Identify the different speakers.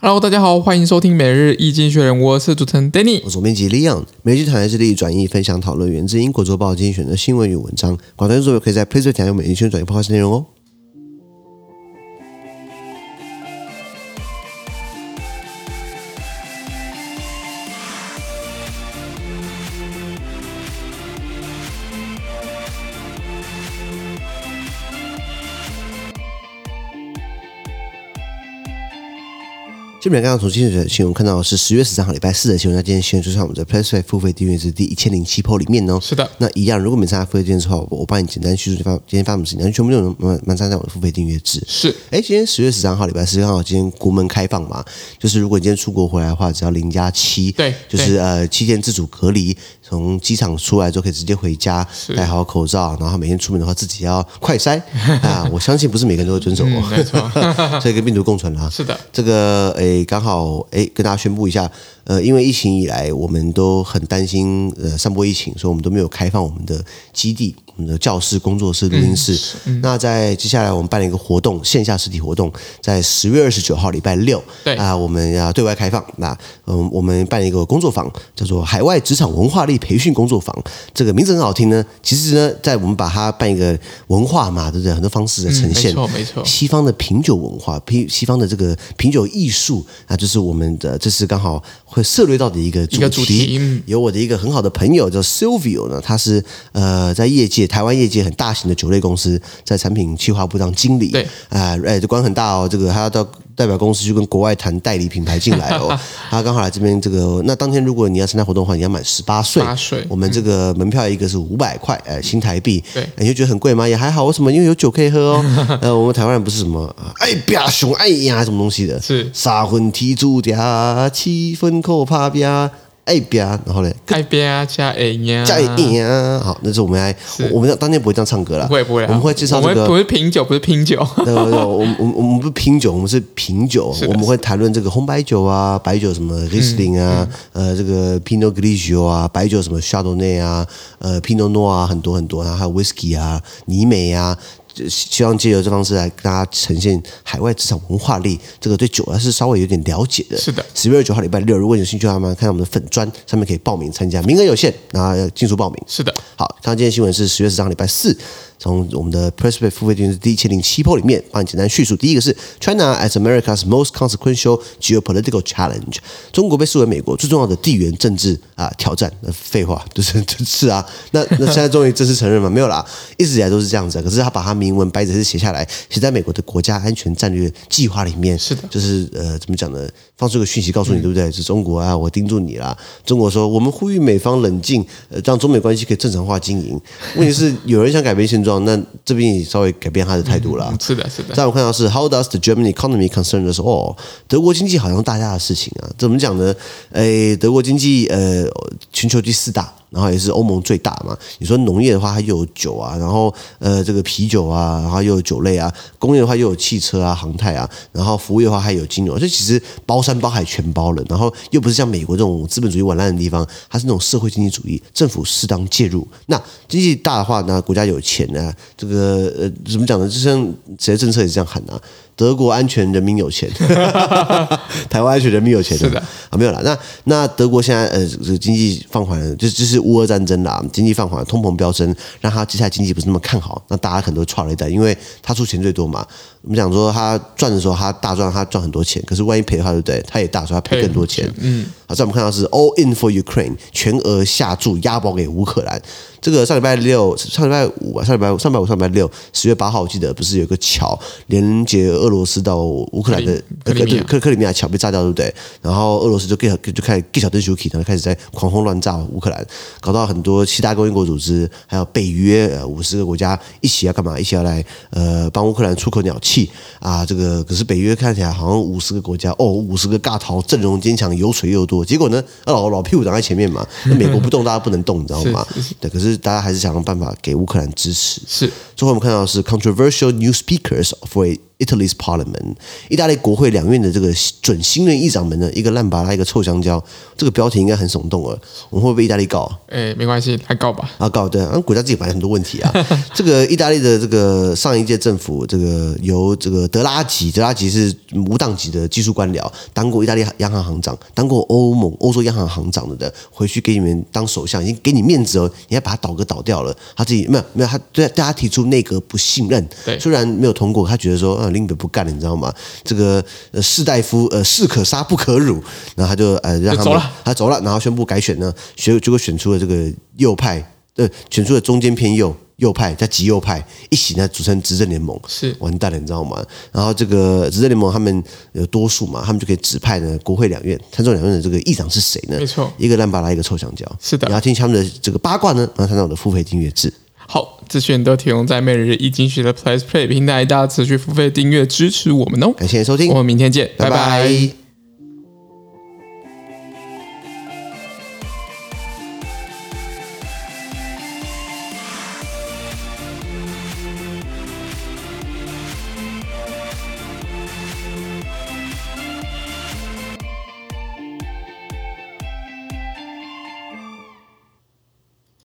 Speaker 1: Hello，大家好，欢迎收听每日易经学人，我是主持人 Danny
Speaker 2: 我。是总编辑 Leon，每日台致力转译、分享、讨论源自英国《周报》精选的新闻与文章。广大听众可以在 Please 享用每日新闻转译 Podcast 内容哦。这边刚刚从精选的新闻看到的是十月十三号礼拜四的新闻，那今天新闻就在我们的 Plus 付费订阅是第一千零七铺里面哦。
Speaker 1: 是的，
Speaker 2: 那一样，如果没参加付费订阅之后，我我帮你简单叙述发今天发生什么事情，然后全部内呃容蛮蛮参加我的付费订阅制。
Speaker 1: 是
Speaker 2: 哎，今天十月十三号，礼拜四刚好今天国门开放嘛，就是如果你今天出国回来的话，只要零加七，
Speaker 1: 对
Speaker 2: 就是呃七天自主隔离，从机场出来之后可以直接回家，戴好口罩，然后每天出门的话自己要 快筛啊，我相信不是每个人都会遵守哦，
Speaker 1: 嗯没错
Speaker 2: 所以跟病毒共存啦、
Speaker 1: 是的，
Speaker 2: 这个诶，刚好诶，跟大家宣布一下，呃，因为疫情以来，我们都很担心呃散播疫情，所以我们都没有开放我们的基地、我们的教室、工作室、录音
Speaker 1: 嗯
Speaker 2: 室。那在接下来，我们办了一个活动，线下实体活动，在十月二十九号礼拜六，
Speaker 1: 对
Speaker 2: 啊、我们要对外开放。那嗯，我们办了一个工作坊，叫做海外职场文化力培训工作坊。这个名字很好听呢，其实呢，在我们把它办一个文化嘛，对不对？很多方式的呈
Speaker 1: 嗯没
Speaker 2: 现。
Speaker 1: 错没错，
Speaker 2: 西方的品酒文化，品西方的这个品酒艺术啊，就是我们的这次刚好会涉猎到的一个主
Speaker 1: 一个主题嗯
Speaker 2: 有我的一个很好的朋友叫 Silvio 呢，他是呃在业界台湾业界很大型的酒类公司，在产品企划部当经理。
Speaker 1: 对
Speaker 2: 啊，哎，这官很大哦，这个他要到。代表公司去跟国外谈代理品牌进来 哦，他刚好来这边这个，那当天如果你要参加活动的话，你要满十八岁，
Speaker 1: 八岁
Speaker 2: 我们这个门票一个是五百块，呃，新台币，
Speaker 1: 对
Speaker 2: 你就觉得很贵吗？也还好，为什么？因为有酒可以喝 哦。呃，我们台湾人不是什么啊哎呀熊哎呀什么东西的，
Speaker 1: 是
Speaker 2: 三分踢猪嗲，七分扣趴啪，哎呀，然后嘞，
Speaker 1: 爱边啊加 A 呀，
Speaker 2: 加一啊呀，好，那是我们来，我我们当天不会这样唱歌啦，
Speaker 1: 不会不会啦，
Speaker 2: 我们会介绍这
Speaker 1: 我们
Speaker 2: 个
Speaker 1: 不是品酒，不是品 酒，
Speaker 2: 对对对，我们我们我们不是品酒，我们是品酒，我们会谈论这个红白酒啊、白酒什么
Speaker 1: 嗯
Speaker 2: Riesling 啊，呃，这个 Pinot Grigio 啊，白酒什么 Chardonnay 啊，呃，Pinot Noir 啊，很多很多，然后还有 Whisky 啊、尼美啊。就希望借由这方式来跟大家呈现海外职场文化力，这个对酒啊还是稍微有点了解的。
Speaker 1: 是的
Speaker 2: 十月二十九号礼拜六，如果有兴趣的话，麻烦看我们的粉砖上面可以报名参加，名额有限，然后要尽速报名。
Speaker 1: 是的，
Speaker 2: 好，刚刚今天新闻是十月十三号礼拜四，从我们的 Press Play 付费订阅第一千零七铺里面帮你简单叙述。第一个是 China as America's most consequential geopolitical challenge，中国被视为美国最重要的地缘政治啊、挑战。那废话，就是 就是啊，那那现在终于正式承认吗？没有啦，一直以来都是这样子啊。可是他把他明文白纸黑字写下来，写在美国的国家安全战略计划里面。
Speaker 1: 是的嗯
Speaker 2: 就是呃，怎么讲呢？放出个讯息告诉你，对不对？是中国啊，我盯住你啦。中国说，我们呼吁美方冷静，呃，让中美关系可以正常化经营。问题是，有人想改变现状，那这边也稍微改变他的态度啦。
Speaker 1: 是的，是的，
Speaker 2: 再我看到是 How does the German economy concern us all？德国经济好像大家的事情啊，怎么讲呢？诶，德国经济呃，全球第四大，然后也是欧盟最大嘛。你说农业的话，它又有酒啊，然后呃这个啤酒啊，然后又有酒类啊；工业的话又有汽车啊、航太啊，然后服务业的话还有金融，所以其实包山包海全包了。然后又不是像美国这种资本主义完烂的地方，它是那种社会经济主义，政府适当介入。那经济大的话，那国家有钱呢、这个呃怎么讲呢？就像谁的政策也是这样喊啊，德国安全，人民 有钱，台湾安全，人民有钱。
Speaker 1: 是的
Speaker 2: 啊，没有啦。那那德国现在呃这个经济放缓，就就是乌俄战争啦，经济放缓，通膨飙升，让他接下来经济不是那么看好，那大家可能都踹了一单，因为他出钱最多嘛。我们讲说他赚的时候他大赚，他赚很多钱，可是万一赔的话，对不对？他也大，所以他赔更多钱。嗯，好，在我们看到是 all in for Ukraine，全额下注押宝给乌克兰。这个上礼拜六、上礼拜五啊，上礼拜上礼拜五、上礼拜六，十月八号，我记得不是有一个桥连接俄罗斯到乌克兰的
Speaker 1: 克里克里米亚
Speaker 2: 呃克克里米亚桥被炸掉，对不对？然后俄罗斯就更就开始更小灯修 k 然后开始在狂轰乱炸乌克兰，搞到很多七大工业国组织还有北约呃五十个国家一起要干嘛？一起要来呃帮乌克兰出口鸟气啊！这个可是北约看起来好像五十个国家哦，五十个尬逃，阵容坚强，有水又多，结果呢，啊老老屁股挡在前面嘛，那美国不动，大家不能动，你知道吗？对， 可是大家还是想用办法给乌克兰支持。
Speaker 1: 是
Speaker 2: 最后我们看到的是 controversial new speakers for a Italy's Parliament，意大利国会两院的这个准新任议长们呢，一个烂巴拉，一个臭香蕉，这个标题应该很耸动了。我们会被意大利告啊？
Speaker 1: 哎，没关系，来告吧。
Speaker 2: 啊，告对，啊，国家自己本来很多问 题啊。这个意大利的这个上一届政府，这个由这个德拉吉，德拉吉是无党籍的技术官僚，当过意大利央行行长，当过欧盟欧洲央行行长的人，回去给你们当首相，已经给你面子哦，你还把他倒戈倒掉了，他自己没有没有，他对对他提出内阁不信任，
Speaker 1: 对
Speaker 2: 虽然没有通过，他觉得说啊，林北不干了，你知道吗？这个呃士大夫呃士可杀不可辱，然后他就呃让他
Speaker 1: 就走
Speaker 2: 们
Speaker 1: 了
Speaker 2: 他走了，然后宣布改选呢，选结果选出了这个右派，呃，选出了中间偏右右派加极右派一起呢组成执政联盟，
Speaker 1: 是
Speaker 2: 完蛋了，你知道吗？然后这个执政联盟他们有多数嘛，他们就可以指派呢国会两院参众两院的这个议长是谁呢？
Speaker 1: 没错
Speaker 2: 一个烂巴拉，一个臭香蕉。
Speaker 1: 是的
Speaker 2: 你要听他们的这个八卦呢，然后参照我的付费订阅制。
Speaker 1: 好，资讯都提供在每日易经学的 Plus Play 平台，大家持续付费订阅支持我们哦。
Speaker 2: 感谢你的收听
Speaker 1: 我，们明天见，
Speaker 2: 拜
Speaker 1: 拜拜
Speaker 2: 拜